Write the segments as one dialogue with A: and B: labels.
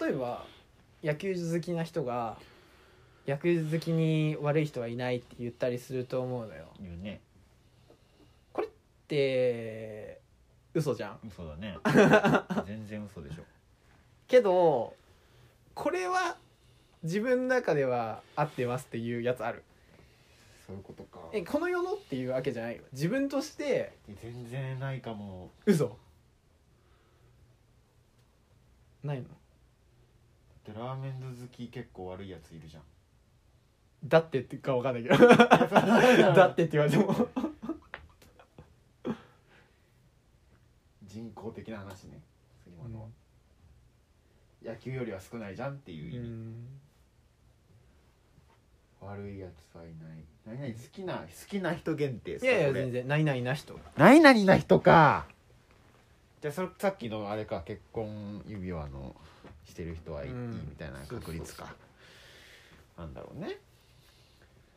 A: 例えば野球好きな人が野球好きに悪い人はいないって言ったりすると思うのよ
B: 言うね
A: って嘘じゃん
B: 嘘だね 全然嘘でしょ
A: けどこれは自分の中では合ってますっていうやつある
B: そういうことか
A: えこの世のっていうわけじゃないよ自分として
B: 全然ないかも
A: 嘘ないの
B: だってラーメン好き結構悪いやついるじゃん
A: だってってかわかんないけど だってって言われても
B: 人工的な話ね今のは、野球よりは少ないじゃんっていう意味、悪いやつはいない何々好きな好きな人限定です
A: い
B: か
A: やいや
B: これ
A: 全然ないないな人
B: 何々な人かじゃあそれさっきのあれか結婚指輪のしてる人はいい,、
A: うん
B: みたいな確率かなんだろうね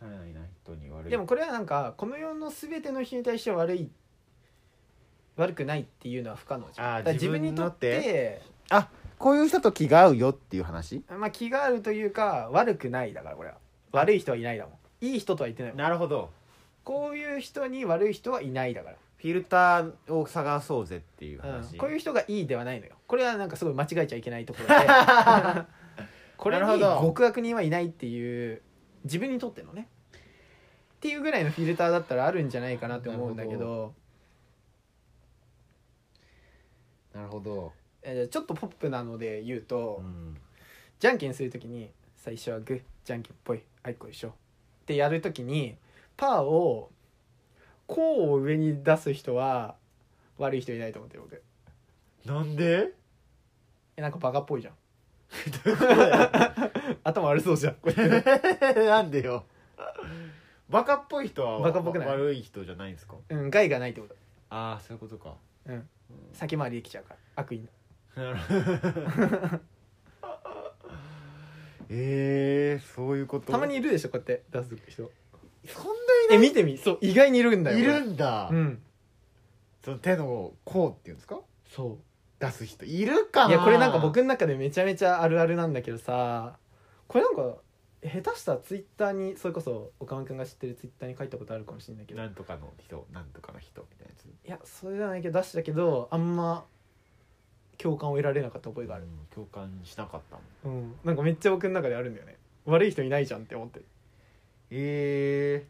B: 何々な人に悪い
A: でもこれはなんかこの世の全ての人に対して悪い悪くないっていうのは不可能じゃん
B: あー
A: だから自分にとって
B: 自こういう人と気が合うよっていう話
A: まあ気があるというか悪くないだからこれは悪い人はいないだもんいい人とは言ってないもん
B: なるほど
A: こういう人に悪い人はいないだから、
B: フィルターを探そうぜってい
A: う
B: う
A: ん
B: 話、
A: こういうう人がいいではないのよこれはなんかすごい間違えちゃいけないところで これに
B: なるほど
A: 極悪人はいないっていう自分にとってのねっていうぐらいのフィルターだったらあるんじゃないかなって思うんだけ
B: なるほ
A: ど
B: なるほど、
A: えじゃあちょっとポップなので言うと、
B: うん、
A: じゃんけんするときに最初はグーじゃんけんぽいあいこいしょってやるときにパーをこうを上に出す人は悪い人いないと思ってる僕
B: なん で
A: えなんかバカっぽいじゃん
B: どういうことだよ
A: 頭悪そうじゃんこれ
B: なんでよバカっぽい人は
A: バカっぽくない
B: 悪い人じゃないんですか
A: うん害がないってこと
B: ああそういうことか
A: うん先回りできちゃうから悪意の
B: なるほどえー、そういうこと
A: たまにいるでしょこうやって出す人
B: そんな
A: え見てみそう意外にいるんだよ
B: い
A: これ
B: るんだ、
A: うん
B: その手の甲っていうんですか
A: そ
B: 出す人いるか
A: う
B: ない
A: やこれなんか僕の中でめちゃめちゃあるあるなんだけどさこれなんか下手したらツイッターにそれこそ岡間君が知ってるツイッターに書いたことあるかもしれないけど
B: なんとかの人なんとかの人みたいなやつ
A: いやそれじゃないけど出したけどあんま共感を得られなかった覚えがある、
B: うん共感しなかったもん
A: うん、なんかめっちゃ僕の中であるんだよね悪い人いないじゃんって思ってる
B: え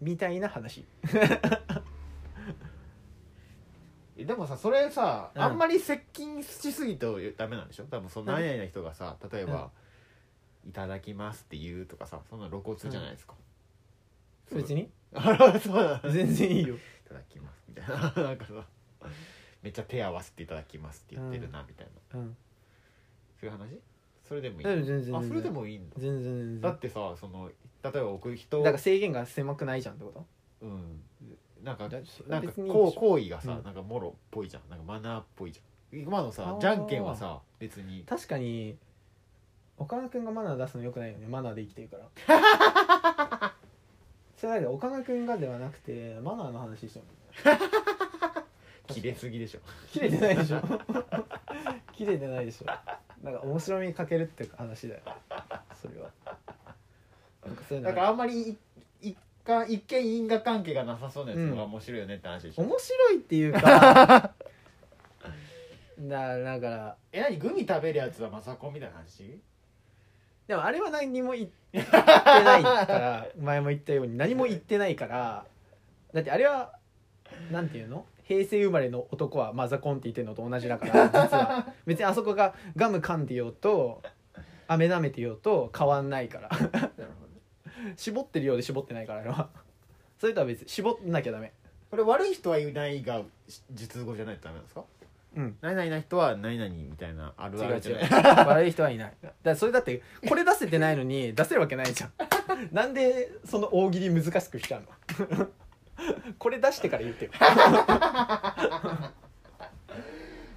A: みたいな話
B: ー、でもさそれさ、
A: うん
B: あんまり接近しすぎてダメなんでしょ多分その
A: うん
B: 何々な人がさ例えば、いただきます」って言うとかさそんな露骨じゃないですか、そう
A: 別に
B: あらそう だね
A: 全然いいよ
B: いただきますみたいな なんかさめっちゃ手合わせていただきますって言ってるなみたいな、
A: うん
B: そういう話それでもいい
A: でも全然
B: あ
A: 全然
B: それでもいいんだ
A: 全然全然
B: だってさその例えば置く人
A: だから制限が狭くないじゃんってこと
B: うんなんか
A: だ
B: なんか
A: 別にいいでしょ
B: こう行為がさ、
A: うん
B: なんかもろっぽいじゃんなんかマナーっぽいじゃん今の
A: あ
B: さ
A: ー
B: じゃんけんはさ別に
A: 確かに岡野君がマナー出すのよくないよねマナーで生きてるから それだけど岡野君がではなくてマナーの話してるもんね
B: 切れすぎでしょ
A: 切れてないでしょ切れてないでしょなんか面白みに欠けるって話だよそれはなんかそういうのあ
B: だ
A: る
B: からあんまりい一貫一見因果関係がなさそうなやつの方が
A: うん
B: 面白いよねって話でしょ、
A: 面白いっていうかだだから
B: え何グミ食べるやつはマサコみたい な話
A: でもあれは何にも言ってないから前も言ったように何も言ってないからだってあれはなんていうの平成生まれの男はマザコンって言ってるのと同じだから実は別にあそこがガム噛んでようと飴舐めてようと変わんないから
B: なるほど
A: 絞ってるようで絞ってないからあれは それとは別に絞んなきゃダメ
B: これ悪い人はいないが実語じゃないとダメなんですか
A: うん
B: 何々な人は何々みたいなあ
A: 違
B: る
A: う
B: あ
A: 違
B: る
A: う
B: じゃない
A: 悪い人はい ないだからそれだってこれ出せてないのに 出せるわけないじゃんなんでその大喜利難しくしちゃうの これ出してから言ってよ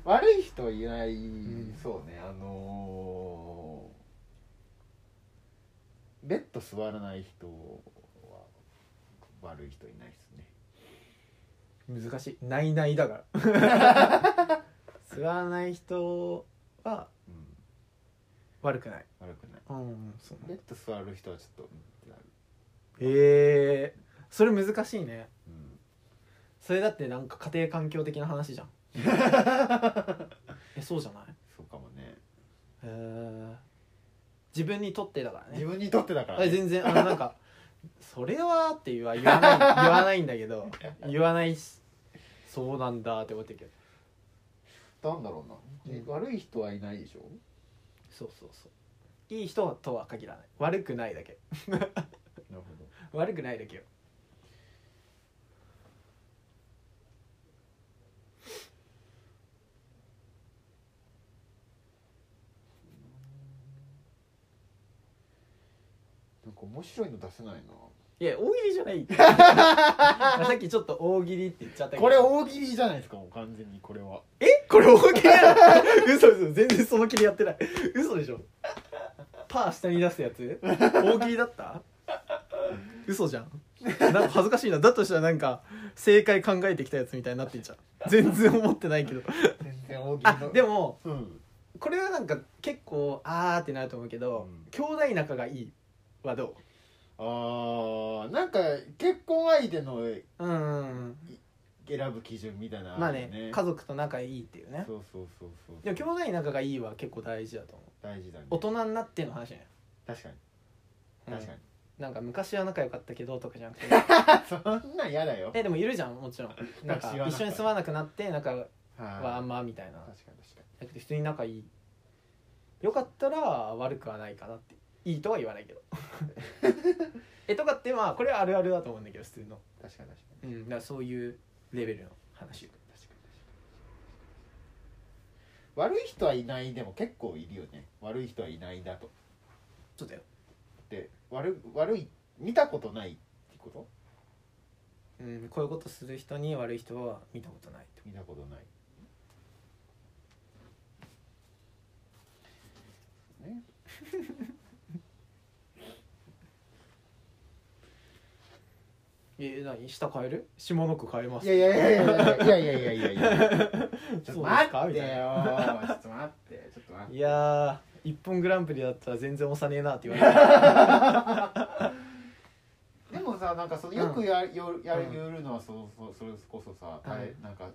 B: 悪い人いない、
A: ん
B: そうねあのー、ベッド座らない人は悪い人いないですね
A: 難しいないないだから吸わない人は
B: うん、
A: 悪くない
B: 悪くない
A: うんそう
B: ベッド座る人はちょっとうんってなる、
A: ええそれ難しいね
B: うん、
A: それだってなんか家庭環境的な話じ ゃんえそうじゃない
B: そうかもね
A: へえ自分にとってだからね
B: 自分にとってだから、
A: あ全然あのなんか 「それは」って言わ言わ ない言わないんだけど言わないしそうなんだって思ってるけど
B: なんだろうな、え
A: うん
B: 悪い人はいないでしょ
A: そうそうそういい人とは限らない悪くないだけ
B: なるほど
A: 悪くないだけよ
B: なんか面白いの出せないない
A: や大喜利じゃ ないさっきちょっと大喜利って言っちゃったけど
B: これ大喜利じゃないですかもう完全にこれは
A: えこれ大喜利や 嘘嘘全然その気でやってない嘘でしょパー下に出すやつ大喜利だった嘘じゃんなんか恥ずかしいなだとしたらなんか正解考えてきたやつみたいになってんじゃん全然思ってないけど
B: 全然大喜利
A: あ
B: の
A: でも
B: うん
A: これはなんか結構あーってなると思うけど、
B: うん
A: 兄弟仲がいいはど
B: あーなんか結婚相手の
A: ううん
B: 選ぶ基準みたいな
A: まあ
B: るよ
A: ね家族と仲いいっていうね
B: そうそうそうそう
A: でも兄弟仲がいいは結構大事だと思う
B: 大事だね
A: 大人になっての話ね
B: 確かに
A: うん
B: 確かに、
A: なんか昔は仲良かったけどとかじゃなく て
B: そんなん嫌だよ
A: えでもいるじゃんもちろんなんか
B: 昔は仲
A: 一緒に住まなくなって仲はあ
B: は
A: んまみたいない
B: 確かに確かに
A: なくて普通に仲いいよかったら悪くはないかなっていいとは言わないけど えとかってまあこれはあるあるだと思うんだけど普通の
B: 確かに確かに
A: うんだからそういうレベルの話
B: 確かに悪い人はいないでも結構いるよね悪い人はいないだと
A: そうだよ
B: で悪悪い見たことないってこと
A: うんこういうことする人に悪い人は見たことないって
B: 見たことないね
A: え何下変える下の句変えま
B: い
A: す
B: やいやいやいやいやいやいやいやいやいやちょっと
A: そうで
B: 待
A: すか
B: っ
A: み
B: て
A: た
B: よ
A: いな
B: ちょっと待ってちょっと待って
A: いやー一本グランプリだったら全然押さねえなって言われる
B: でもさなんかそのよくや,、よや
A: うん
B: 言うのはそうそうそれこそさ、
A: うん
B: あれなんか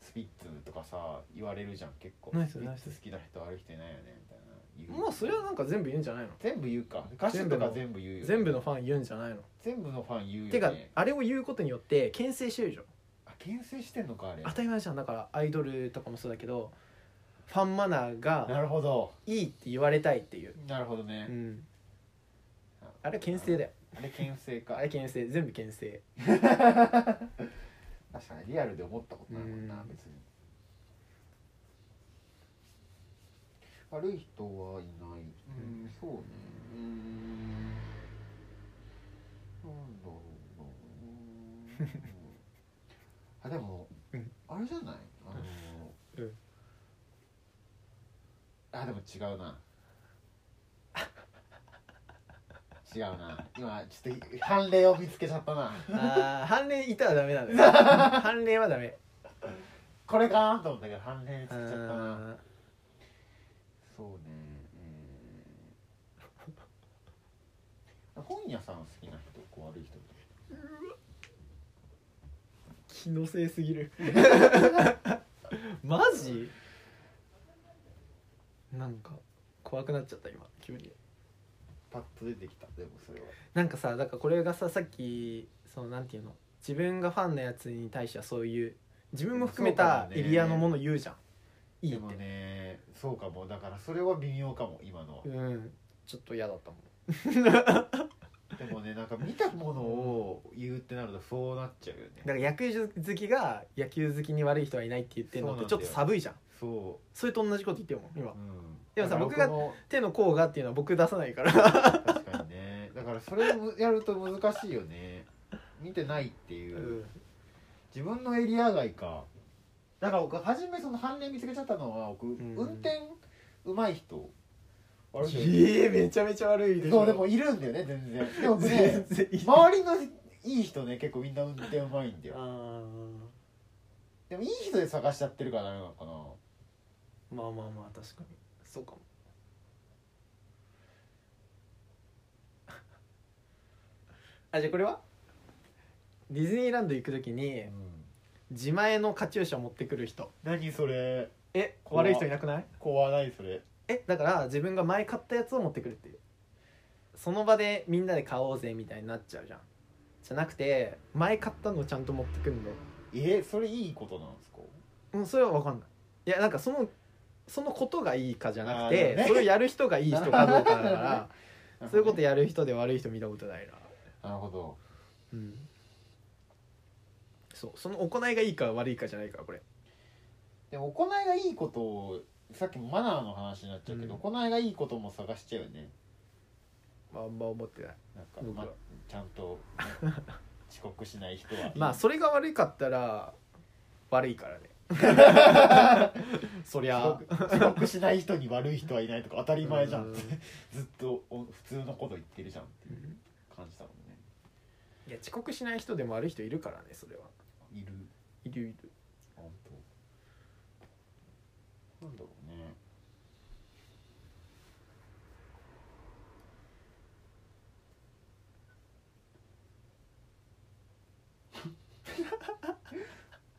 B: スピッツとかさ言われるじゃん結構
A: ナイス
B: スピ
A: ナ
B: ッ
A: イス
B: ツ好きな人悪い人いないよねみたいな言う
A: まあそれはなんか全部言うんじゃないの
B: 全部言うか歌詞とか全部言うよ、ね、
A: 全部のファン言うんじゃないの
B: 全部のファン言うよ、ね、
A: てかあれを言うことによって牽制してるでしょ
B: あ牽制してんのかあれ
A: 当たり前じゃんだからアイドルとかもそうだけどファンマナーが
B: なるほど
A: いいって言われたいっていう、
B: なるほどね、
A: うん、あれ牽制だよ
B: あれ牽制か
A: あれ牽制全部牽 制
B: 確かにリアルで思ったことないもんな
A: うん
B: 別に悪い人はいないうんそうねうんなんだろうなうん あでも、
A: うん
B: あれじゃないあの、
A: うん
B: あでも違うな 違うな今ちょっと判例を見つけちゃったな
A: あー判例いたらダメなん だよ判例はダメ
B: これかなと思ったけど判例見つ
A: う
B: けちゃったなんそうね、えー本屋さん好きな人こう悪い人
A: 気のせいすぎる マジなんか怖くなっちゃった今急に
B: パッと出てきたでもそれは
A: なんかさだからこれがささっきそのなんていうの自分がファンのやつに対してはそういう自分も含めたエリアのもの言うじゃん、いい
B: で
A: っ
B: も
A: て、
B: ねそうかもだからそれは微妙かも今のは
A: うんちょっと嫌だったもん
B: でもねなんか見たものを言うってなるとそうなっちゃうよ
A: だ
B: ね
A: から野球好きが野球好きに悪い人はいないって言ってるのってちょっと寒いじゃん
B: そ
A: それと同じこと言ってるもん今
B: う、うん、
A: でもさ
B: だから
A: 僕が
B: この
A: 手の甲がっていうのは僕出さないから
B: 確かにねだからそれをやると難しいよね見てないって
A: う
B: いう、
A: ん
B: 自分のエリア外かだから僕初めその判例見つけちゃったのは僕、
A: ん
B: 運転うまい人あれ
A: ええめちゃめちゃ悪いでしょ
B: そうでもいるんだよね全然でもね
A: 全然いい
B: 周りのいい人ね結構みんな運転うまいんだよ
A: あ
B: でもいい人で探しちゃってるからなのかな
A: ーまあまあまあ確かにそうかも あじゃあこれはディズニーランド行く時に自前のカチューシャ持ってくる人
B: 何それ
A: え
B: 怖っ
A: 悪い人いなくない
B: 怖ないそれ
A: えだから自分が前買ったやつを持ってくるっていうその場でみんなで買おうぜみたいになっちゃうじゃんじゃなくて前買ったのちゃんと持ってくんで
B: えそれいいことなんですか
A: うんそれは分かんないいやなんかそのそのことがいいかじゃなくて、
B: あーね
A: それをやる人がいい人かどうかだ からそういうこと
B: や
A: やる人で悪い人見たことないな
B: なるほど
A: うんそうその行いがいいか悪いかじゃないからこれ
B: でも行いがいいことをさっきもマナーの話になっちゃうけど、
A: うん
B: 行いがいいことも探しちゃうよね
A: まああんま思ってない
B: なんか、
A: 僕は
B: ま、ちゃんとね、遅刻しない人 は
A: まあそれが悪かったら悪いからね そりゃ
B: 遅刻遅刻しない人に悪い人はいないと か当たり前じゃん
A: う
B: っ
A: ん
B: てずっとお普通のこと言ってるじゃんっていう感じだもんね
A: いや遅刻しない人でも悪い人いるからねそれはい
B: る
A: いるいる
B: 本当なんだろう ね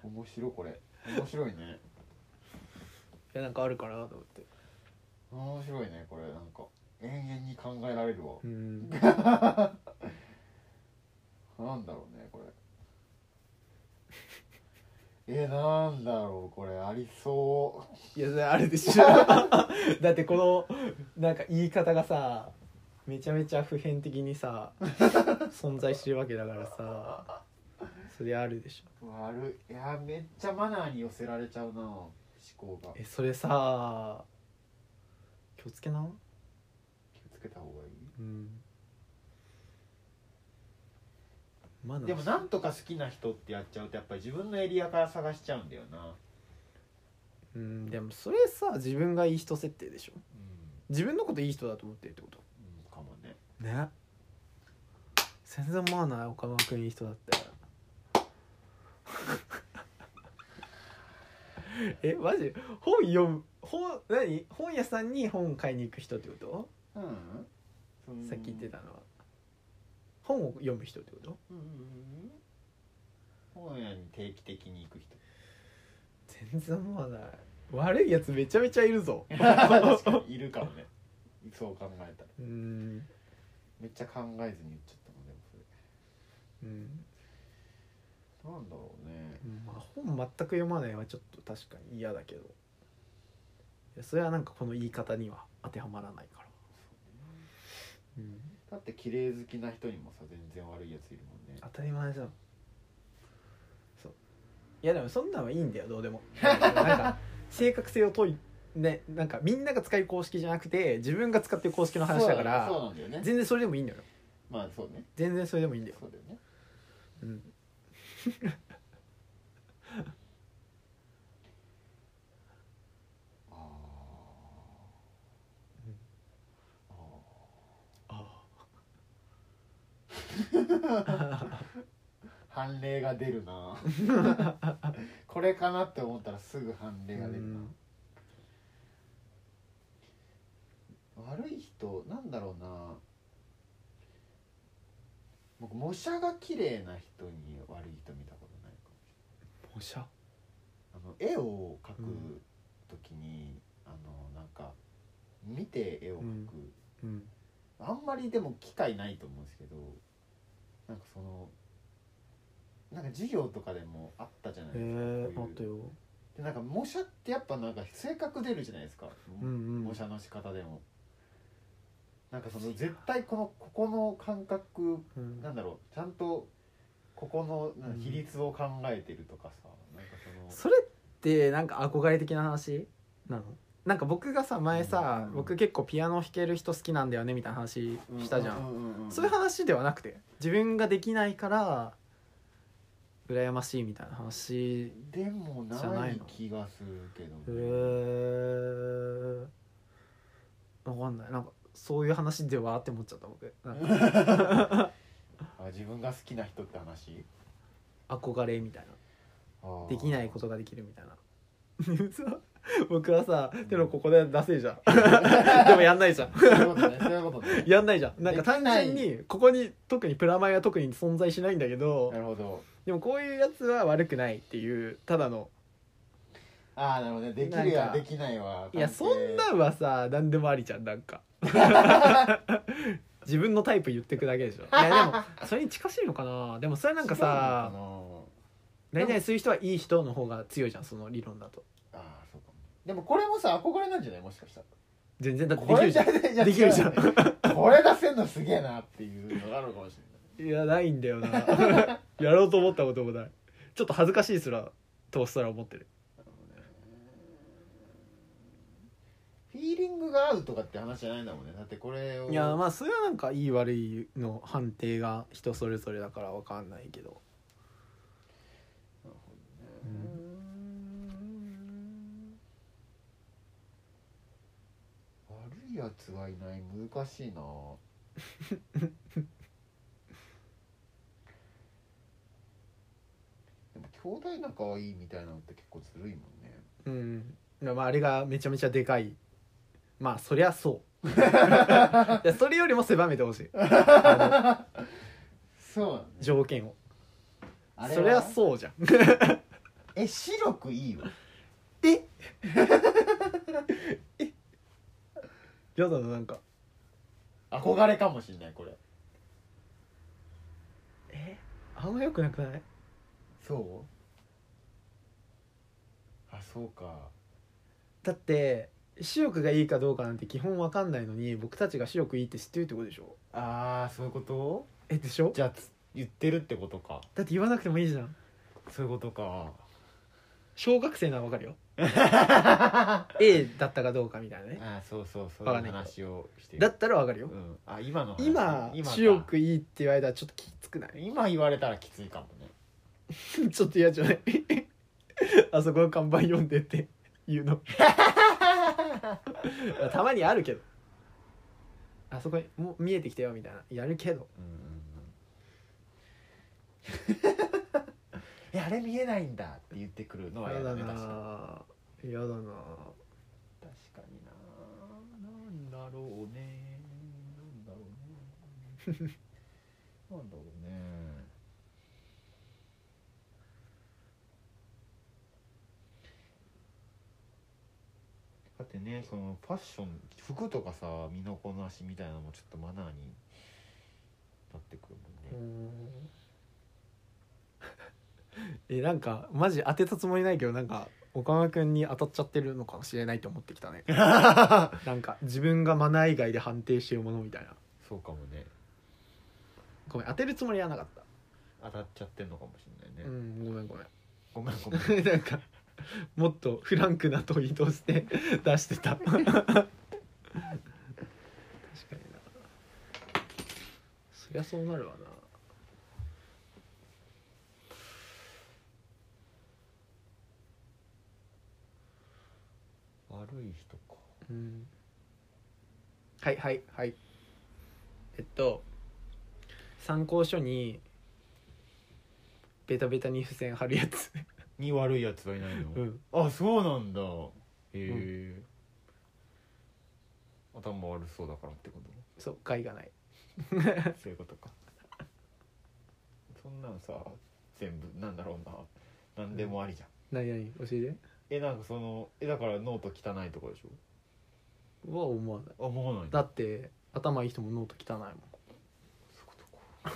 B: 面白いこれ面白いね
A: いやなんかあるかなと思って
B: 面白いねこれなんか延々に考えられるわ
A: うん
B: なんだろうねこれ えなんだろうこれありそ
A: いやそれあるで しょだってこのなんか言い方がさめちゃめちゃ普遍的にさ存在してるわけだからさそれあるでしょ
B: う悪いいやめっちゃマナーに寄せられちゃうな思考が
A: えそれさ気をつけな
B: 気をつけた方がいい
A: うんまだ
B: でもなんとか好きな人ってやっちゃうとやっぱり自分のエリアから探しちゃうんだよな、
A: うんでもそれさ自分がいい人設定でしょ自分のこといい人だと思ってるってこと
B: うんかもね
A: ね全然思わない岡村君いい人だったよ えマジ本読む本何本屋さんに本買いに行く人ってこと、
B: うんそん
A: さっき言ってたのは本を読む人ってこと
B: うん本屋に定期的に行く人
A: 全然思わない悪いやつめちゃめちゃいるぞ
B: 確かにいるかもねそう考えたら
A: うん
B: めっちゃ考えずに言っちゃったもんでもそれ
A: うん、
B: なんだろうね
A: まあ、本全く読まないはちょっと確かに嫌だけどいやそれはなんかこの言い方には当てはまらないからうん
B: だって綺麗好きな人にもさ全然悪いやついるもんね
A: 当たり前じゃんそういやでもそんなんはいいんだよどうでもなんか正確性を問いねなんかみんなが使う公式じゃなくて自分が使ってる公式の話だから
B: そうなんだよね
A: 全然それでもいいんだよ
B: まあそうね
A: 全然それでもいいんだよ、
B: そうだよね
A: うん、
B: あー
A: あ
B: 判例が出る なこれかなって思ったらすぐ判例が出るな
A: うん
B: 悪い人なんだろうな僕模写が綺麗な人に悪い人見たことないかもし
A: 模写
B: れないあの絵を描
A: う
B: く
A: ん
B: 時に、あのなんか見て絵を描く、
A: うん
B: あんまりでも機会ないと思うんですけどなんかそのなんか授業とかでもあったじゃない
A: へ
B: ですか、
A: えあ
B: こ
A: っ
B: ういう
A: たよ
B: でなんか模写ってやっぱなんか性格出るじゃないですか、
A: うんうん
B: 模写の仕方でもなんかその絶対このここの感覚
A: うん
B: なんだろうちゃんとここのなん
A: うん
B: 比率を考えてるとかさ、なんかその
A: それってなんか憧れ的な話なのなんか僕がさ前さ、
B: うん
A: 僕結構ピアノ弾ける人好きなんだよねみたいな話したじゃん,、
B: うううう
A: そういう話ではなくて自分ができないから羨ましいみたいな話
B: でも
A: じゃ
B: な
A: ない
B: い
A: の
B: 気がするけどね
A: へえー、分かんないなんかそういう話ではって思っちゃった僕なんか
B: あ自分が好きな人って話
A: 憧れみたいなできないことができるみたいな嘘僕はさ手のここで出せ えじゃんでもやんないじゃん
B: そういうことねそういうことね
A: やんないじゃんなんか単純にここに特にプラマイは特に存在しないんだけど
B: なるほど
A: でもこういうやつは悪くないっていうただの
B: ああなるほどねできる
A: なん
B: や
A: か
B: できないはい
A: やそんなんはさ何でもありじゃんなん か自分のタイプ言ってくだけで しょいやでもそれに近しいのかなでもそれなんかさ
B: な
A: 大体する人はいい人の方が強いじゃんその理論だと
B: ああそうかもでもこれもさ憧れなんじゃないもしかしたら
A: 全然だってで
B: こ
A: き
B: れ
A: るじ
B: じ
A: ゃ
B: ゃ
A: ん
B: ねじゃ
A: できるじゃん
B: 違うねこれ出せんのすげえなっていうのがあるのかもしれない
A: いやないんだ よなやろうと思ったこともないちょっと恥ずかしいすらとすら思ってる
B: フィーリングが合うとかって話じゃないんだもんねだってこれを
A: いやまあそれはなんかいい悪いの判定が人それぞれだからわかんないけど
B: 悪いやつはいない難し いなでも兄弟仲はいいみたいなのって結構ずるいもんね
A: うんまああれがめちゃめちゃでかいまあそりゃそう いやそれよりも狭めてほしいあ
B: そうな
A: の
B: ん
A: 条件を
B: あれ
A: そりゃそうじゃん
B: え白くいいわ
A: やだななんか
B: 憧れかもしんないこれ
A: えあんまよくなくない
B: そうあそうか
A: だって視力がいいかどうかなんて基本わかんないのに僕たちが視力いいって知ってるってことでしょ
B: ああそういうこと
A: えでしょ
B: じゃあつ言ってるってことか
A: だって言わなくてもいいじゃん
B: そういうことか
A: 小学生ならわかる よ A だったかどうかみたいなね
B: ああそうそうそう
A: わ
B: い
A: か
B: うん
A: ないけど
B: 話をしてる
A: だったらわかるよ
B: うん、あ今の話
A: 今
B: か
A: 強くいいって言われたらちょっときつくない
B: 今言われたらきついかもね
A: ちょっと嫌じゃない あそこの看板読んでって言う のたまにあるけどあそこにもう見えてきたよみたいなやるけど
B: うんうんうんえあれ見え ないんだって言ってくるのは
A: 嫌
B: や
A: だ
B: だね
A: な
B: 確か
A: 嫌だな
B: に確かにななんだろうねなんだろう ねなんだろうねだってねそのファッション服とかさ身のこなしみたいなのもちょっとマナーになってくるもんね、
A: うーん えなんかマジ当てたつもりないけどなんか岡村君に当たっちゃってるのかもしれないと思ってきた ねなんか自分がマナー以外で判定してるものみたいな
B: そうかもね
A: ごめん当てるつもりはなかった、
B: 当たっちゃってんのかもしれないうね、
A: んごめんごめん
B: ごめん ごめん
A: なん かもっとフランクな問いとして 出してた確かになそりゃそうなるわな
B: 悪い人か
A: うんはいはいはいえっと参考書にベタベタに付箋貼るやつ
B: に悪いやつはいないの、
A: うん
B: あそうなんだへえ、頭悪そうだからってこ
A: そう害がない
B: とそういうことかそんなんさ全部なんだろうな何でもありじゃん、
A: 何何教えて
B: えなんかそのえだからノート汚いとこでし
A: は思わない
B: ょあ思わないん
A: だって頭いい人もノート汚いもん
B: そ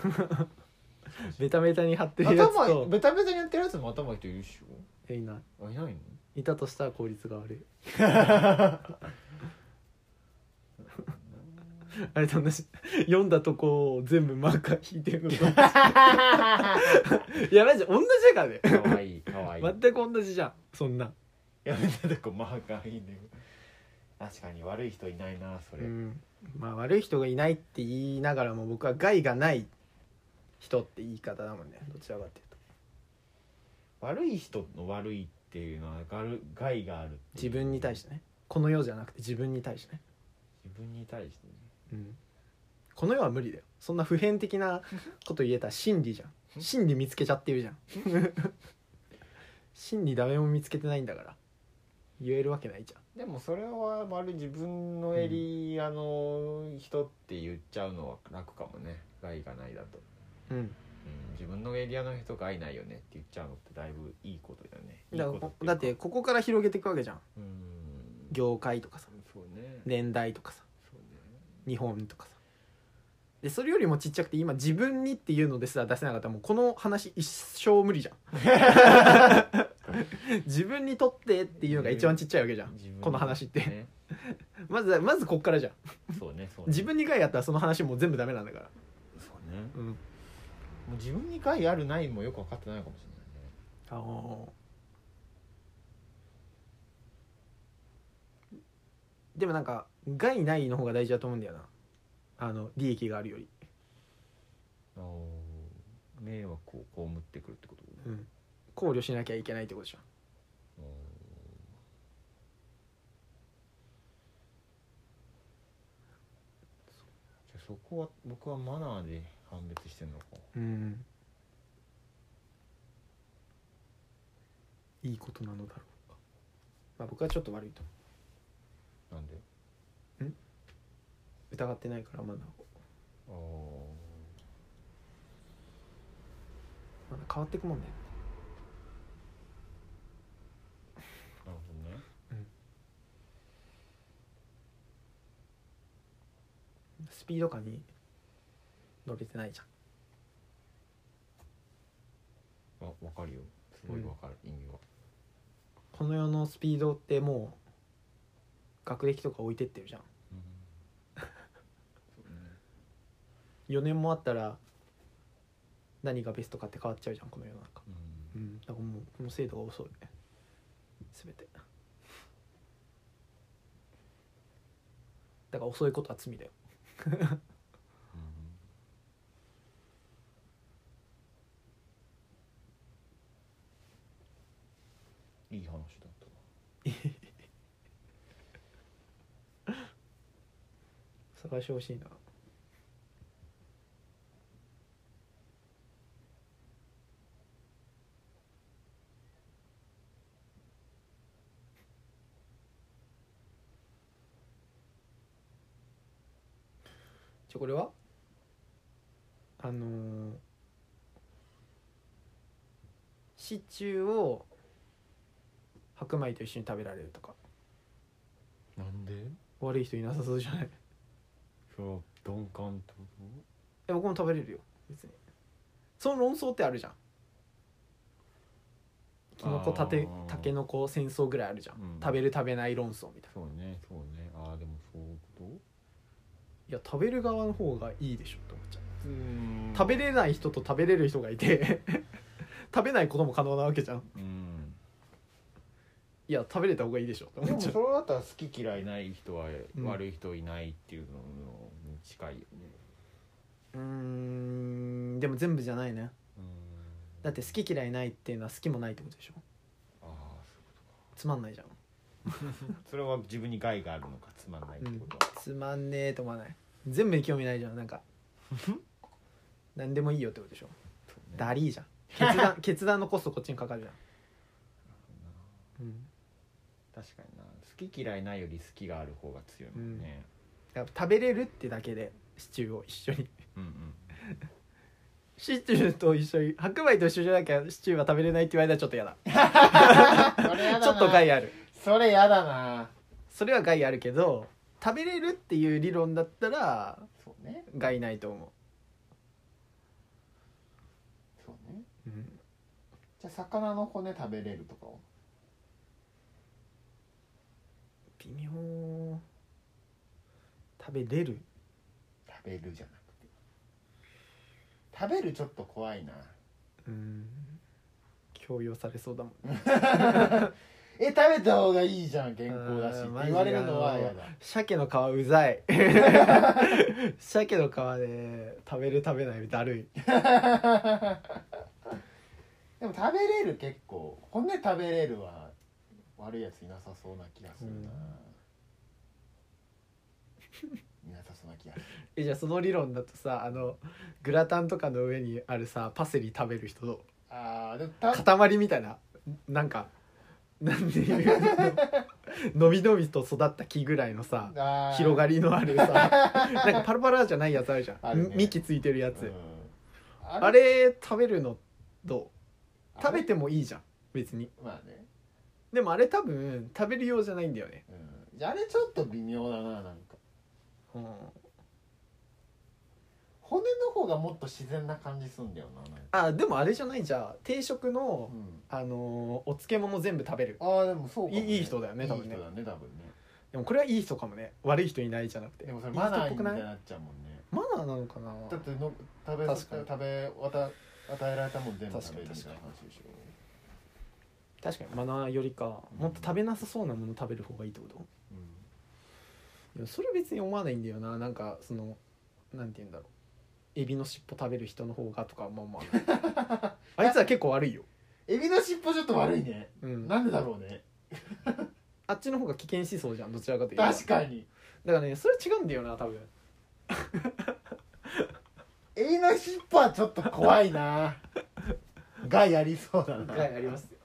B: ういうことか
A: ベタベタに貼ってるやつ
B: 頭
A: と
B: ベタベタにやってるやつも頭いい人いるっし
A: えいな
B: ょあいないの
A: いいたとしたら効率が 悪いあれと同じ読んだとこを全部マーカ ー引いてるのといやマジ同じだからね
B: かわいいか わいい
A: 全く同じじゃんそんな
B: やめたとこマーカーいいね確かに悪い人いないなそれ、
A: うんまあ悪い人がいないって言いながらも僕は害がない人って言い方だもんねどちらかっていうと
B: 悪い人の悪いっていうのはがる害があるってい
A: 自
B: う
A: 分に対してねこの世じゃなくて自分に対してね、
B: 自分に対してね
A: うん、この世は無理だよそんな普遍的なこと言えたら真理じゃん真理見つけちゃってるじゃん真理誰も見つけてないんだから言えるわけないじゃん
B: でもそれはまる自分のエリアの人って言っちゃうのは楽かもね害がないだと、
A: うん、
B: うん、自分のエリアの人害ないよねって言っちゃうのってだいぶいいことだよねいい
A: だ
B: こと
A: からだってここから広げていくわけじゃん
B: うーん
A: 業界とかさ
B: そうね
A: 年代とかさ
B: そうね
A: 日本とかさでそれよりもちっちゃくて今自分にっていうのですら出せなかったらもうこの話一生無理じ ゃん自分にとってっていうのが一番ちっちゃいわけじゃん
B: 自分
A: この話って
B: ね
A: まずまずこっからじゃん
B: そうねそうね
A: 自分に害があったらその話もう全部ダメなんだから
B: そうね
A: うん
B: もう自分に害あるないもよく分かってないかもしれないね
A: あのーでもなんか害ないの方が大事だと思うんだよなあの利益があるより、
B: あー迷惑を被ってくるってこと
A: うん、考慮しなきゃいけないってことじゃん
B: あーじゃあそこは僕はマナーで判別してんのか
A: うんいいことなのだろうかまあ僕はちょっと悪いと思
B: なんで
A: う疑ってないからまだ
B: ああ
A: まだ変わってくもんね
B: なるほどね
A: スピード感に乗れてないじゃん
B: あわかるよすごいわかる、意味は
A: この世のスピードってもう学歴とか置いてってるじゃん
B: うんそうね
A: 4年もあったら何がベストかって変わっちゃうじゃんこの世の中
B: うん
A: うんだからもうこの制度が遅い全てだから遅いことは罪だよ
B: いい話だった
A: 探してほしいなじゃあこれはあのーシチューを白米と一緒に食べられるとか
B: ななんで
A: 悪い人いなさそうじゃない
B: そう鈍感ってこ
A: いや僕も食べれるよ別にその論争ってあるじゃんキノコたて
B: あー
A: タケノコ戦争ぐらいあるじゃん、
B: うん
A: 食べる食べない論争みたい
B: とそうねそうねああでもそういうこ
A: ないや食べる側の方がいいでしょって思っちゃう
B: とうん
A: 食べれない人と食べれる人がいて 食べないことも可能なわけじゃん
B: うん
A: いや食べれた方がいいでしょって
B: で
A: 思っ
B: も
A: ちゃ
B: そうれだったら好き嫌いない人は
A: うん
B: 悪い人いないっていうのに近いよね
A: うーんでも全部じゃないね
B: うん
A: だって好き嫌いないっていうのは好きもないってことでしょ
B: ああ
A: つまんないじゃん
B: それは自分に害があるのかつまんないってことは、
A: つまんねえと思わない全部に興味ないじゃんなん か何でもいいよってことでしょ
B: そうね
A: ダリーじゃん決断決断のコストこっちにかかるじゃん、うん、
B: 確かにな好き嫌いないより好きがある方が強いもんね、
A: だから食べれるってだけでシチューを一緒に
B: うん、うん
A: シチューと一緒に白米と一緒じゃなきゃシチューは食べれないって言われたらちょっと嫌だ
B: それやだな
A: ちょっと害ある
B: それやだな
A: それは害あるけど食べれるっていう理論だったら
B: そうね
A: 害ないと思
B: そうね
A: う、うん、
B: じゃあ魚の骨食べれるとかは
A: 微妙食べれる
B: 食べるじゃなくて食べるちょっと怖いな
A: うん強要されそうだもん
B: え食べた方がいいじゃん健康だ
A: あ
B: し
A: ー
B: って
A: マジ
B: 言われるのはやだ
A: 鮭の皮うざい鮭の皮で食べる食べないだるい
B: でも食べれる結構骨食べれるは悪いやついなさそうな気がするな、いなさそうな気がする
A: えじゃあその理論だとさあのグラタンとかの上にあるさパセリ食べる人の
B: あーでもた
A: 塊みたいななんかなんていうのびのびと育った木ぐらいのさ
B: あ
A: 広が
B: り
A: りのあるさなんかパラパラじゃないやつあるじゃ
B: あ
A: ん、
B: るね
A: 幹ついてるやつ、
B: あ
A: あれ食べるのどう食べ
B: て
A: てもいいじゃん別に
B: まあね、
A: でもあれ多分食べる用じゃないんだよね、
B: うん、じゃああれちょっと微妙だななんか
A: うん、
B: 骨の方がもっと自然な感じすんだよななんか、
A: あでもあれじゃないじゃあ定食
B: う
A: の、
B: ん、
A: あのーお漬物全部食べる
B: あーでもそうかも、
A: いいいい人だよね多分ね
B: いい人だね多分ね
A: でもこれはいい人かもね悪い人いないじゃなくて
B: でもそれ
A: いい人
B: マナ
A: っ
B: ー
A: ぽく
B: みたい
A: な
B: に
A: い
B: なっちゃうもんね
A: マナーなのかな
B: だっての食べ
A: 確かに
B: 食べわた与えられたもん全部食べる
A: 確か
B: みたいな話でしょ、
A: 確かにマナーよりかもっと食べなさそうなもの食べる方がいいってこと
B: う
A: で
B: ん
A: もそれ別に思わないんだよななんかそのなんて言うんだろうエビの尻尾食べる人の方がとかはまあま ああいつは結構悪いよ、
B: エビの尻尾ちょっと悪いね、
A: うん、
B: なんでだろうね
A: あっちの方が危険思想じゃんどちらかというと
B: 確かに
A: だからねそれ違うんだよな多分
B: エビの尻尾は ちょっと怖いな害ありそうだな
A: はいありますよ